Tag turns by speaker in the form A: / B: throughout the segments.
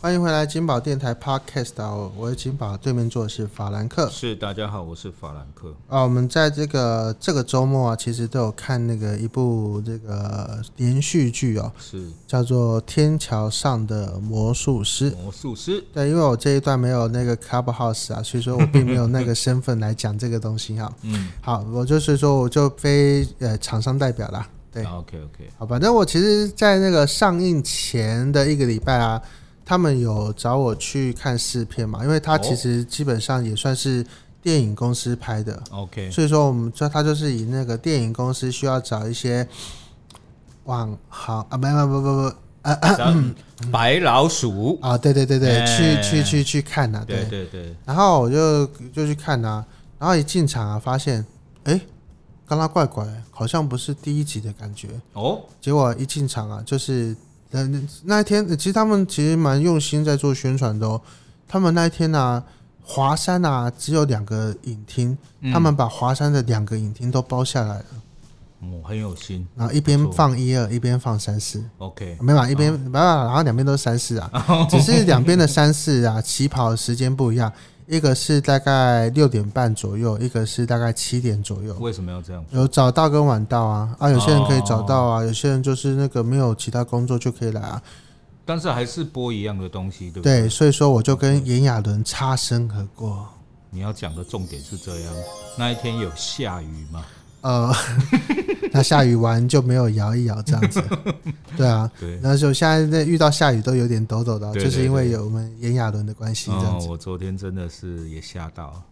A: 欢迎回来金宝电台 Podcast 啊，我我是金宝，对面坐的是法兰克。
B: 是，大家好，我是法兰克。
A: 啊，我们在这个这个周末啊，其实都有看那个一部这个连续剧哦，
B: 是
A: 叫做《天桥上的魔术师》。
B: 魔术师，
A: 对，因为我这一段没有那个 Clubhouse 啊，所以说我并没有那个身份来讲这个东西哈。
B: 嗯
A: 好，我就是说我就非呃厂商代表啦。 对，
B: ，OK OK，
A: 好吧，那我其实，在那个上映前的一个礼拜啊，他们有找我去看试片嘛，因为它
B: 哦
A: 其实基本上也算是电影公司拍的，
B: OK，
A: 所以说我们就它就是以那个电影公司需要找一些网行啊，没没不不不
B: 咱
A: 嗯
B: 白老鼠，
A: 啊，对对对对，
B: 哎
A: 去去去去看呐、
B: 对对对，
A: 然后我就就去看啊，然后一进场啊，发现哎，刚刚怪怪，好像不是第一集的感觉。
B: 哦，
A: 结果一进场啊，就是呃那那一天，呃其实他们其实蛮用心在做宣传的哦。他们那一天啊，华山啊只有两个影厅，
B: 嗯
A: 他们把华山的两个影厅都包下来了，
B: 我很有心
A: 然后一边
B: 不错哦
A: 放一二，一边放三四。
B: ，OK，
A: 没啊嘛，一边没办法，然后两边都是三四
B: 哦
A: 啊，只是两边的三四啊，起跑的时间不一样，一个是大概六点半左右，一个是大概七点左右。
B: 为什么要这样？
A: 有早到跟晚到啊，啊，有些人可以早
B: 哦
A: 到啊，有些人就是那个没有其他工作就可以来啊。
B: 但是还是播一样的东西，对不对？嗯
A: 对，所以说我就跟炎亚纶擦身而过。
B: 你要讲的重点是这样。那一天有下雨吗？
A: 呃， 那下雨完就没有摇一摇这 样子，对啊。
B: 对，
A: 然后就现在在遇到下雨都有点抖抖的哦，
B: 对
A: 就是因为
B: 对对
A: 有我们炎亚纶的关系这样
B: 哦
A: 子，。
B: 我昨天真的是也吓到，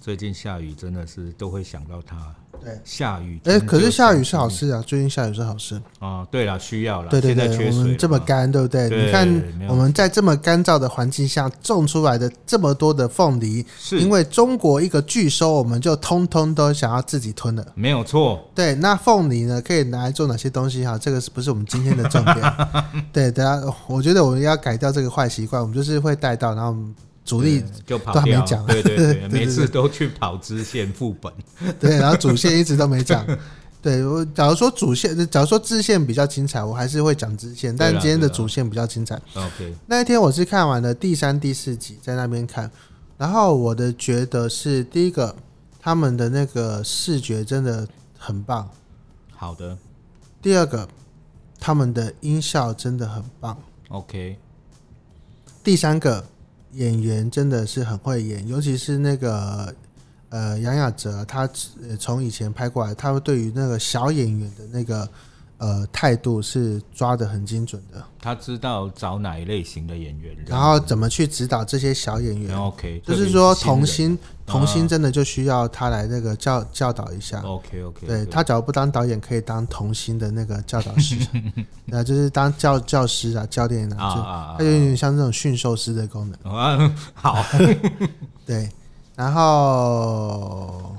B: 最近下雨真的是都会想到它。
A: 对，
B: 下雨
A: 哎、
B: 哦嗯天就想起你，
A: 可是下雨是好事啊，最近下雨是好事。
B: 啊。对了，需要了，
A: 对对
B: 现在
A: 对，
B: 缺
A: 我
B: 水
A: 们
B: 了
A: 这么
B: 嘛
A: 干，对不对？
B: 对
A: 你看
B: 没有
A: 我们在这么干燥的环境下种出来的这么多的凤梨，
B: 是
A: 因为中国一个拒收，我们就通通都想要自己吞了。
B: 没有错，
A: 对，那凤梨呢，可以拿来做哪些东西哈？这个是不是我们今天的重点？ 对，等下我觉得我们要改掉这个坏习惯，我们就是会带到，然后我们主力
B: 对就跑
A: 都还没
B: 掉，
A: 讲
B: 对 对
A: 对
B: 对
A: 对对
B: 每次都去跑支线副 本，
A: 对，然后主线一直都没讲。对我，假如说主线，假如说支线比较精彩，我还是会讲支线，但
B: 对啦
A: 今天的
B: 对啦
A: 主线比较精彩。
B: OK，
A: 那一天我是看完了第三、第四集，在那边看，然后我的觉得是第一个，他们的那个视觉真的很棒；
B: 好的
A: 第二个，他们的音效真的很棒；
B: ，OK，
A: 第三个，演员真的是很会演，尤其是那个呃杨雅哲，他呃从以前拍过来，他对于那个小演员的那个呃态度是抓得很精准的，
B: 他知道找哪一类型的演员，
A: 然后怎么去指导这些小演员
B: 然。后哦 OK，
A: 就是说童
B: 同
A: 星，
B: 啊
A: 童星真的就需要他来那个教教导一下。
B: ，OK OK，
A: 啊对他，只要不当导演，可以当童星的那个教导 师，那就是当教教师啊、教练
B: 啊
A: 啊，
B: 啊
A: 就他有点像这种驯兽师的功能。
B: 啊啊， 好，
A: 对，然后，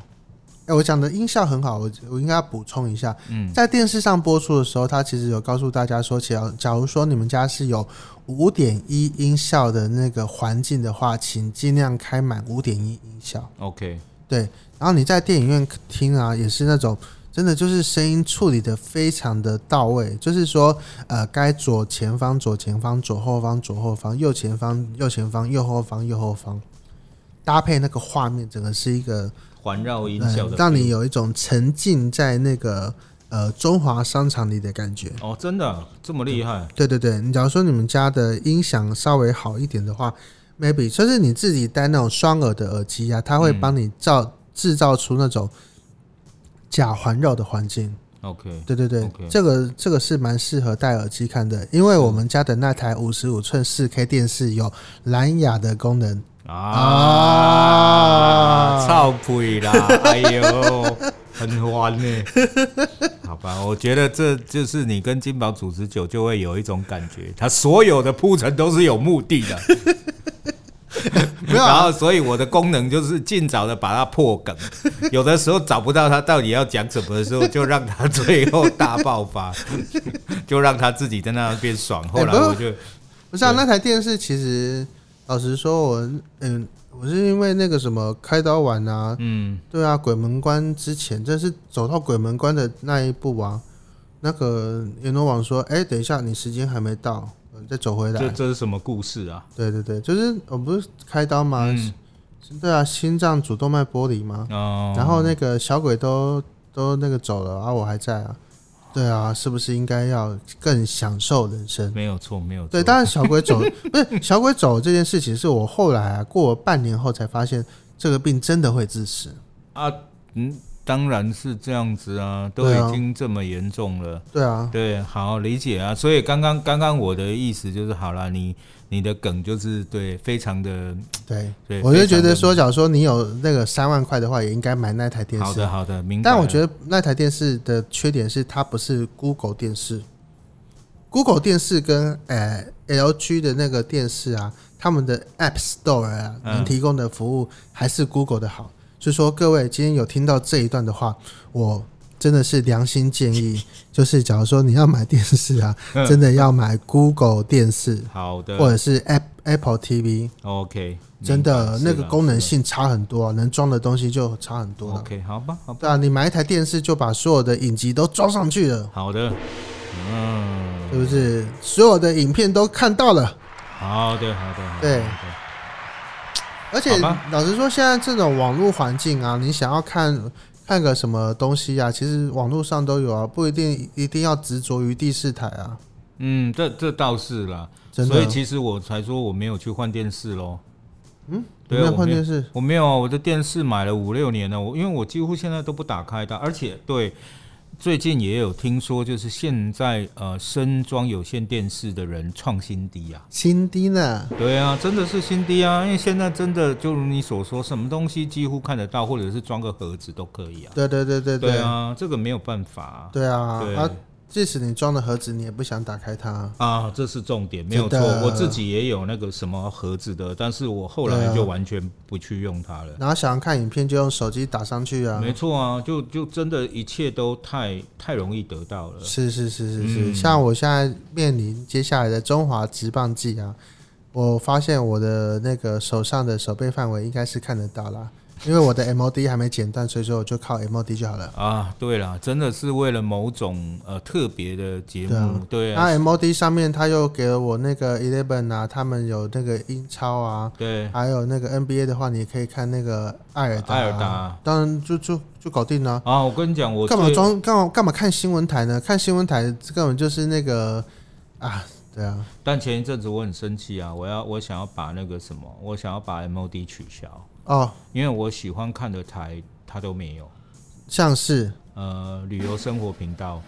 A: 哎，我讲的音效很好，我我应该要补充一下，
B: 嗯，
A: 在电视上播出的时候，他其实有告诉大家说，只要假如说你们家是有五点一音效的那个环境的话，请尽量开满五点一音效。
B: OK，
A: 对，然后你在电影院听啊，也是那种真的就是声音处理的非常的到位，就是说呃，该左前方、左前方、左后方、左后方、右前方、右前方、右后方、右后方，搭配那个画面，整个是一个
B: 环绕音效
A: 嗯
B: 的，
A: 让你有一种沉浸在那个呃中华商场里的感觉。
B: 哦，真的这么厉害，
A: 对对对，你假如说你们家的音响稍微好一点的话，maybe 就是你自己戴那种双耳的耳机啊，它会帮你造制造出那种假环绕的环境。
B: ，OK，
A: 对对对
B: OK
A: 这个这个是蛮适合戴耳机看的，因为我们家的那台五十五寸四 K 电视有蓝牙的功能。啊
B: 啊，操 鬼啦！哎呦，很欢呢。好吧，我觉得这就是你跟金宝主持久就会有一种感觉，他所有的铺陈都是有目的的。
A: 没有啊
B: 然后所以我的功能就是尽早的把它破梗，有的时候找不到他到底要讲什么的时候，就让他最后大 爆发，就让他自己在那边爽。后来
A: 哎不
B: 我就
A: 不是啊，那台电视其实老实说我，嗯，我是因为那个什么开刀晚啊，
B: 嗯，
A: 对啊，鬼门关之前，这是走到鬼门关的那一步啊。那个阎罗王说：“哎、等一下，你时间还没到，呃，再走回
B: 这
A: 来。
B: 这是什么故事啊？
A: 对对对，就是我不是开刀吗？
B: 嗯，
A: 对啊，心脏主动脉剥离吗？
B: 哦
A: 然后那个小鬼都都那个走了，啊，我还在啊。对啊，是不是应该要更享受人生？
B: 没有错，没有错。
A: 对，当然小鬼走不是小鬼走这件事情，是我后来啊过了半年后才发现，这个病真的会致死。
B: 啊，嗯，当然是这样子啊，都
A: 对啊
B: 已经这么严重了。
A: 对啊，
B: 对，好理解啊。所以刚刚刚刚我的意思就是，好了，你你的梗就是对，非常的
A: 对，
B: 对。
A: 我就
B: 非常
A: 觉
B: 的
A: 得说，假如说你有那个三万块的话，也应该买那台电
B: 好
A: 视
B: 的。好的，明白了。
A: 但我觉得那台电视的缺点是它不是 Google 电视，Google 电视跟呃 LG 的那个电视啊，他们的 App Store 啊
B: 嗯
A: 能提供的服务还是 Google 的好。所以说各位今天有听到这一段的话，我真的是良心建 议，就是假如说你要买电视啊，
B: 嗯
A: 真的要买 Google 电视
B: 好的
A: 或者是 App Apple TV，
B: ，OK，
A: 真的
B: 明白
A: 那
B: 是
A: 个
B: 啦
A: 功能
B: 是
A: 性差很多啊，能装的东西就差很
B: 啦
A: 多了。
B: OK，好吧，好吧，
A: 对啊，你买一台电视就把所有的影集都装上去了，
B: 好的，嗯，
A: 是不是？所有的影片都看到了。
B: 好的，好的，好的
A: 对
B: 好的
A: 而且
B: 好吧
A: 老实说，现在这种网络环境啊，你想要看看个什么东西啊，其实网络上都有啊，不一定一定要执着于第四台啊。
B: 嗯，这这倒是啦，
A: 真的
B: 所以其实我才说我没有去换电视喽。嗯，
A: 你
B: 对
A: 没有
B: 啊，我
A: 换
B: 没有
A: 电视，
B: 我没有啊，我的电视买了五六年了，我因为我几乎现在都不打开它，而且对，最近也有听说，就是现在呃，深装有线电视的人创新低啊。
A: 新低呢？
B: 对啊，真的是新低啊，因为现在真的就如你所说，什么东西几乎看得到，或者是装个盒子都可以啊。
A: 对对对对
B: 对
A: 对，
B: 啊，这个没有办法啊。
A: 对啊，
B: 对
A: 啊，即使你装了盒子，你也不想打开它。
B: 啊，这是重点，没有错
A: 真。的
B: 我自己也有那个什么盒子的，但是我后来
A: 对
B: 就
A: 啊
B: 完全不去用它了。
A: 然后想要看影片就用手机打上去啊。
B: 没错啊，就就真的一切都太太容易得到了。
A: 是是是是是，
B: 嗯
A: 像我现在面临接下来的中华职棒季啊，我发现我的那个手上的手背范围应该是看得到啦，因为我的 MOD 还没剪断，所以说我就靠 MOD 就好了。
B: 啊，对了，真的是为了某种呃特别的节
A: 对
B: 目
A: 啊，
B: 对啊，
A: 那 MOD 上面他又给了我那个 Eleven 啊，他们有那个英超啊，
B: 对，
A: 还有那个 NBA 的话，你也可以看那个艾尔达、啊
B: 艾尔达，
A: 当然就就就搞定了、
B: 啊，我跟你讲，我
A: 干嘛
B: 最
A: 装干嘛干嘛看新闻台呢？看新闻台根本就是那个啊，对啊，
B: 但前一阵子我很生气啊，我要我想要把那个什么，我想要把 MOD 取消，
A: 哦，
B: 因为我喜欢看的台它都没有。
A: 像是
B: 呃旅游生活频道，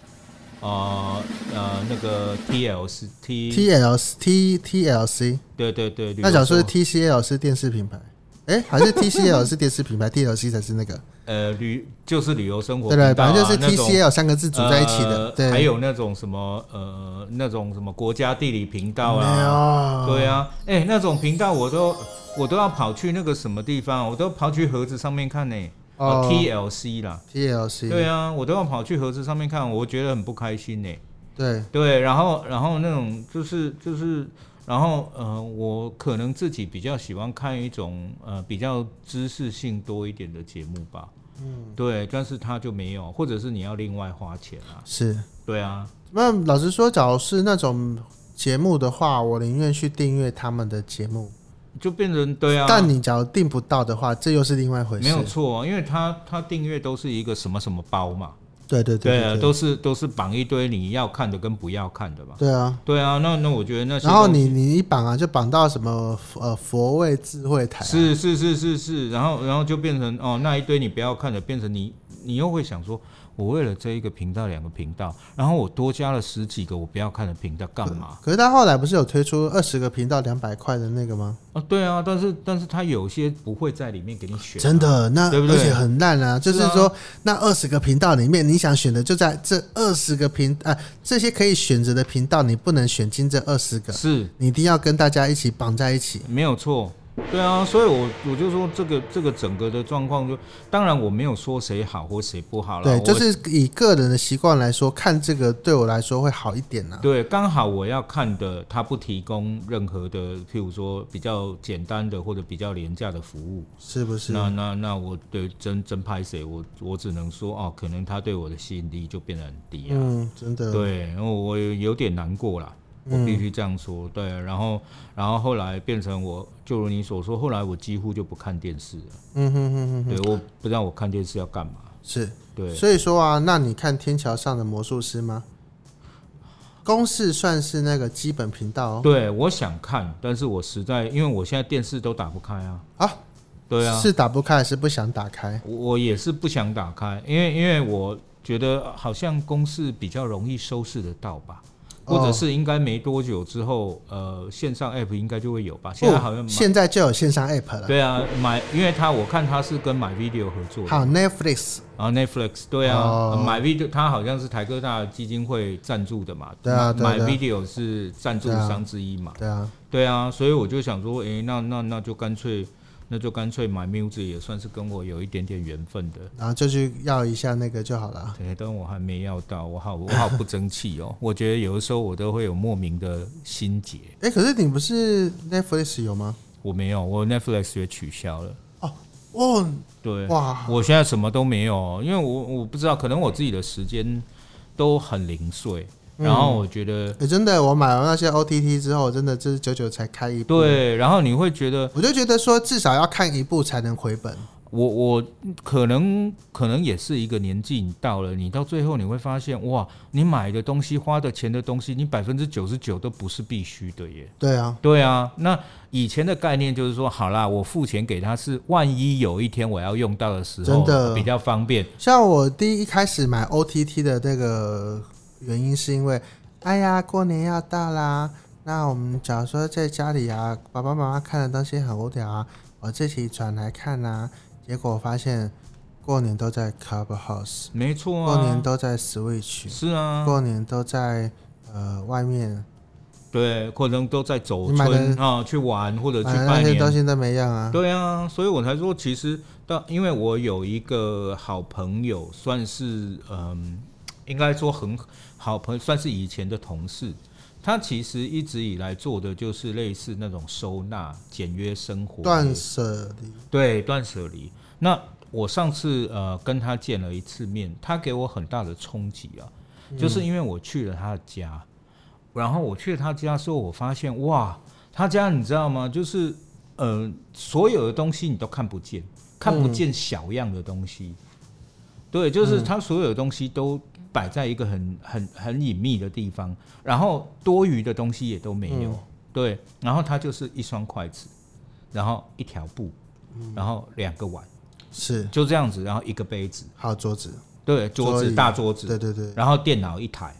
B: 呃呃那个 TLC T，
A: TLC T TLC，
B: 对对对，旅游
A: 那假如说
B: 生
A: 是
B: 活
A: TCL 是电视品牌，哎、还是 TCL 是电视品牌，TLC 才是那个，
B: 呃旅就是旅游生活
A: 对
B: 频
A: 对，
B: 道啊
A: 反正就是
B: 那种
A: TCL 三个字组在一起的，
B: 呃
A: 对，
B: 还有那种什么呃那种什么国家地理频道
A: 没
B: 啊，
A: 有，
B: 对啊，哎、那种频道我都我都要跑去那个什么地方，啊我都跑去盒子上面看呢、
A: 哦
B: 哦 TLC 啦，
A: ，TLC，
B: 对啊，我都要跑去盒子上面看，我觉得很不开心呢、
A: 对
B: 对，然后然后那种就是就是，然后呃，我可能自己比较喜欢看一种呃比较知识性多一点的节目吧。嗯，对，但是他就没有，或者是你要另外花钱啊。
A: 是。
B: 对啊，
A: 那老实说，假如是那种节目的话，我宁愿去订阅他们的节目。
B: 就变成对啊，
A: 但你假如订不到的话，这又是另外一回事。
B: 没有错啊，因为他他订阅都是一个什么什么包嘛，
A: 对对
B: 对啊，
A: 对
B: 都是都是绑一堆你要看的跟不要看的嘛。
A: 对啊。
B: 对啊，那那我觉得那些
A: 然后
B: 东
A: 你
B: 西
A: 你一绑啊，就绑到什么呃佛位智慧台啊、
B: 是是是是是，然后然后就变成哦那一堆你不要看的，变成你你又会想说，我为了这一个频道两个频道，然后我多加了十几个我不要看的频道干嘛？
A: 可是他后来不是有推出二十个频道两百块的那个吗？
B: 啊，对啊，但是但是他有些不会在里面给你选啊、
A: 真的，那
B: 对不对
A: 而且很烂啊！就是
B: 啊
A: 说，那二十个频道里面，你想选的就在这二十个频啊，这些可以选择的频道，你不能选进这二十个，
B: 是
A: 你一定要跟大家一起绑在一起。
B: 没有错。对啊，所以我我就说这个这个整个的状况就，当然我没有说谁好或谁不好了，
A: 对，
B: 我
A: 就是以个人的习惯来说，看这个对我来说会好一点啊呐、
B: 对，刚好我要看的，它不提供任何的，譬如说比较简单的或者比较廉价的服务。
A: 是不是？
B: 那那那我对真真拍谁，我我只能说哦，可能他对我的吸引力就变得很低啊。
A: 嗯，真的。嗯
B: 对，然后我有有点难过啦。我必须这样说。对，然后然后后来变成我，就如你所说，后来我几乎就不看电视了。
A: 嗯哼哼哼，
B: 对，我不让我看电视要干嘛？
A: 是。
B: 对，
A: 所以说啊，那你看《天桥上的魔术师》吗？公式算是那个基本频道哦。
B: 对，我想看，但是我实在因为我现在电视都打不开啊。
A: 啊，
B: 对啊，
A: 是打不开还是不想打开？
B: 我我也是不想打开，因为因为我觉得好像公式比较容易收视得到
A: 哦
B: 吧，或者是应该没多久之后，呃，线上 app 应该就会有吧。现在好像
A: 不哦
B: 买
A: 现在就有线上 app 了。
B: 对啊，买，因为他我看他是跟买 video 合作的，
A: 好，Netflix
B: 然后 Netflix 对啊，
A: 哦
B: 买 video 他好像是台科大基金会赞助的嘛，
A: 对啊对啊
B: 买
A: 对啊
B: video 是赞助商之一嘛，
A: 对啊，
B: 对啊，所以我就想说，诶，那那那就干脆，那就干脆买 music 也算是跟我有一点点缘分的。
A: 然后就去要一下那个就好了。
B: 对，但我还没要到，我好我好不争气哦。我觉得有的时候我都会有莫名的心结，
A: 哎、可是你不是 Netflix 有吗？
B: 我没有，我 Netflix 也取消了。
A: 哦，
B: 对，
A: 哇，
B: 我现在什么都没有，哦因为我我不知道，可能我自己的时间都很零碎，然后我觉得、
A: 哎、真的，我买完那些 OTT 之后，真的这是久久才开一部。，
B: 对，然后你会觉得
A: 我就觉得说至少要看一部才能回本。
B: 我我可能可能也是一个年纪，你到了，你到最后你会发现，哇，你买的东西、花的钱的东西，你百分之九十九都不是必须的耶。
A: 对啊，
B: 对啊，那以前的概念就是说，好啦，我付钱给他是万一有一天我要用到的时候，
A: 真的
B: 比较方便。
A: 像我第一开始买 OTT 的那个原因，是因为，哎呀，过年要到啦，那我们假如说在家里啊，爸爸妈妈看的东西很无聊啊，我自己转来看啊，结果发现过年都在 Clubhouse，
B: 没错
A: 过年
B: 啊，
A: 都在 Switch，
B: 是啊，
A: 过年都在呃外面，
B: 对，可能都在走
A: 你买的
B: 村啊去玩或者去
A: 反正
B: 拜
A: 那些东
B: 年。
A: 西都没样啊。
B: 对啊，所以我才说，其实到因为我有一个好朋友，算是嗯，应该说很好朋友，算是以前的同事。他其实一直以来做的就是类似那种收纳、简约生活的
A: 断舍离，
B: 对，断舍离。那我上次呃跟他见了一次面，他给我很大的冲击啊，就是因为我去了他的家，然后我去了他家之后，我发现哇，他家你知道吗？就是呃，所有的东西你都看不见，看不见小样的东西。对，就是他所有的东西都摆在一个很很很隐秘的地方，然后多余的东西也都没有。对，然后他就是一双筷子，然后一条布，然后两个碗，
A: 是
B: 就这样子，然后一个杯子，
A: 还有桌子，
B: 对，桌
A: 桌
B: 子
A: 椅
B: 大桌子，
A: 对对对，
B: 然后电脑一台，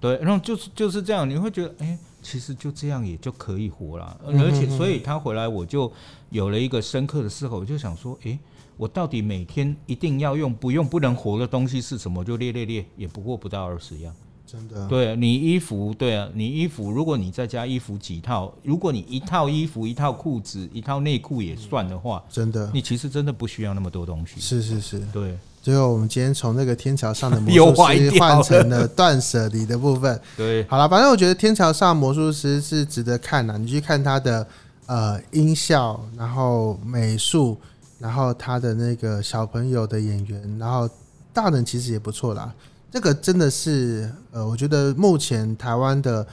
B: 对，然后就是就是这样，你会觉得，哎、其实就这样也就可以活了，呃
A: 嗯
B: 而且所以他回来我就有了一个深刻的思考，我就想说，哎、我到底每天一定要用不用不能活的东西是什么？就列列列，也不过不到二十样。
A: 真的，
B: 对你衣服，对啊，你衣服，如果你在家衣服几套，如果你一套衣服、一套裤子、一套内裤也算的话，
A: 真的，
B: 你其实真的不需要那么多东西。
A: 是是是。
B: 对
A: 最后，我们今天从那个天桥上的魔
B: 又
A: 术
B: 坏
A: 师
B: 掉
A: 换
B: 了
A: 成了断舍离的部分。
B: 对，
A: 好了，反正我觉得天桥上魔术师是值得看的、你去看他的呃音效，然后美术，然后他的那个小朋友的演员，然后大人其实也不错啦。这个真的是呃，我觉得目前台湾的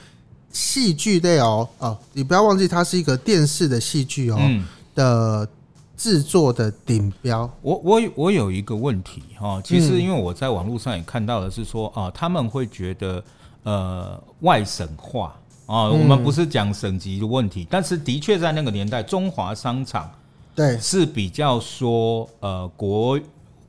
A: 戏剧类哦哦，你不要忘记它是一个电视的戏剧哦、
B: 嗯，
A: 的制作的顶标。
B: 我我我有一个问题哈、其实
A: 嗯
B: 因为我在网络上也看到的是说啊，他们会觉得呃外省话啊，我
A: 嗯
B: 们不是讲省级的问题，但是的确在那个年代，中华商场
A: 对，
B: 是比较说呃国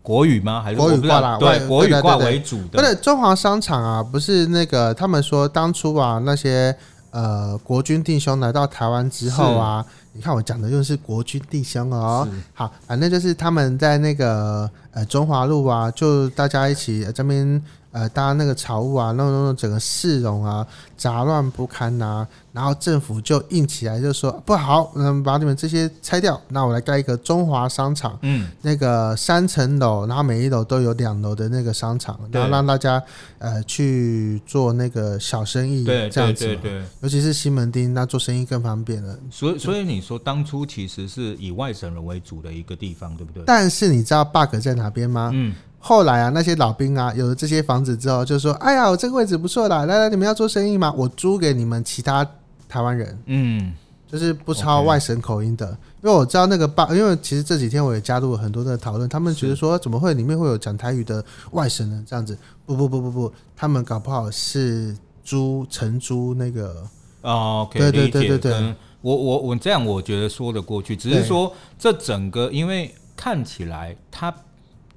B: 国语吗？还是
A: 国语
B: 我不知道
A: 挂啦外
B: 对国语
A: 对对
B: 挂
A: 对对
B: 为主
A: 不
B: 的，
A: 是中华商场啊，不是那个他们说当初啊那些呃国军弟兄来到台湾之后啊，你看我讲的又是国军弟兄哦
B: 是。
A: 好，反正就是他们在那个呃中华路啊，就大家一起呃这边呃搭那个草屋啊，弄弄弄整个市容啊杂乱不堪呐、然后政府就硬起来就说不好，嗯，把你们这些拆掉，那我来盖一个中华商场。
B: 嗯，
A: 那个三层楼，然后每一楼都有两楼的那个商场，然后
B: 对
A: 让大家呃去做那个小生意，
B: 对
A: 嗯这
B: 对
A: 样子
B: 对
A: 嘛。
B: 对。
A: 尤其是西门町，那做生意更方便了。
B: 所以，所以你说当初其实是以外省人为主的一个地方，对不对？
A: 但是你知道 bug 在哪边吗？
B: 嗯，
A: 后来啊，那些老兵啊，有了这些房子之后，就说：“哎呀，我这个位置不错啦，来来，你们要做生意吗？我租给你们其他台湾人，
B: 嗯，
A: 就是不抄
B: OK
A: 外省口音的。因为我知道那个报，因为其实这几天我也加入了很多的讨论，他们觉得说怎么会里面会有讲台语的外省人这样子？不不不不不，他们搞不好是租承租那个
B: 哦，OK，
A: 对对
B: 理解
A: 对对对
B: 嗯我我我这样我觉得说得过去，只
A: 对
B: 是说这整个因为看起来他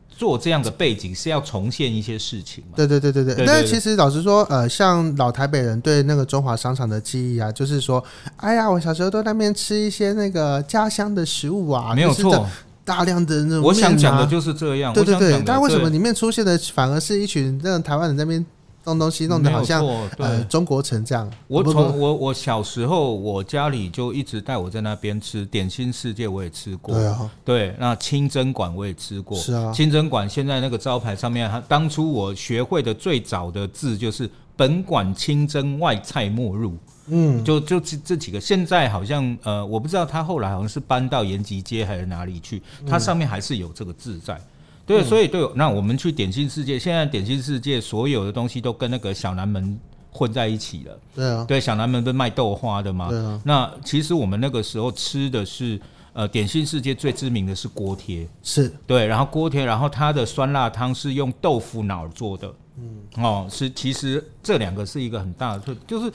B: 做这样的背景是要重现一些事情嘛，
A: 对对对对对，
B: 对对
A: 那
B: 对
A: 其实老实说，呃，像老台北人对那个中华商场的记忆啊，就是说，哎呀，我小时候都在那边吃一些那个家乡的食物啊，
B: 没有
A: 就是
B: 错，
A: 大量的那种、啊。
B: 我想讲的就是这样，
A: 对对
B: 我想
A: 对
B: 讲，的
A: 但为什
B: 这
A: 么里面出现的反而是一群那种台湾人在那边弄东西，弄得好像
B: 没有错对
A: 呃中国城这样？
B: 我
A: 不
B: 从
A: 不
B: 我我小时候，我家里就一直带我在那边吃点心世界，我也吃过。
A: 对啊，
B: 对那清真馆我也吃过。
A: 是啊
B: 清真馆现在那个招牌上面，它当初我学会的最早的字就是“本馆清真，外菜莫入”
A: 嗯，
B: 就就这这几个。现在好像呃，我不知道它后来好像是搬到延吉街还是哪里去，
A: 嗯
B: 它上面还是有这个字在。对，所以对，那我们去点心世界，现在点心世界所有的东西都跟那个小南门混在一起了。
A: 对啊，
B: 对，小南门不是卖豆花的吗？
A: 对啊
B: 那其实我们那个时候吃的是，呃，点心世界最知名的是锅贴，
A: 是
B: 对，然后锅贴，然后它的酸辣汤是用豆腐脑做的，嗯，哦，是其实这两个是一个很大的特，就是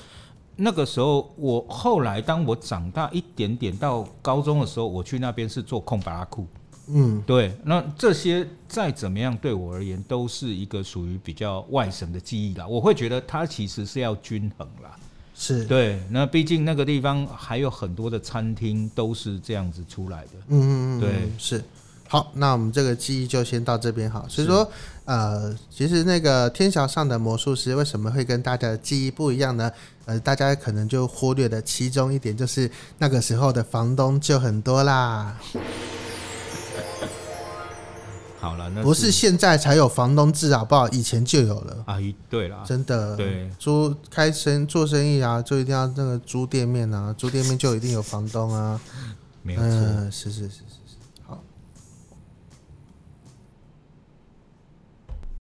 B: 那个时候我后来当我长大一点点到高中的时候，我去那边是做空巴拉库，
A: 嗯，
B: 对，那这些再怎么样对我而言都是一个属于比较外省的记忆啦，我会觉得它其实是要均衡啦。
A: 是，
B: 对，那毕竟那个地方还有很多的餐厅都是这样子出来的。
A: 嗯嗯嗯，
B: 对
A: 是。好，那我们这个记忆就先到这边好。所以说，呃，其实那个天桥上的魔术师为什么会跟大家的记忆不一样呢？呃，大家可能就忽略了其中一点，就是那个时候的房东就很多啦，
B: 好了，那
A: 不是现在才有房东制好不好？以前就有了，
B: 阿姨对啦，
A: 真的。
B: 啊对，
A: 租开生做生意啊，就一定要那个租店面啊，租店面就一定有房东啊。
B: 没有错。
A: 嗯，是是是是，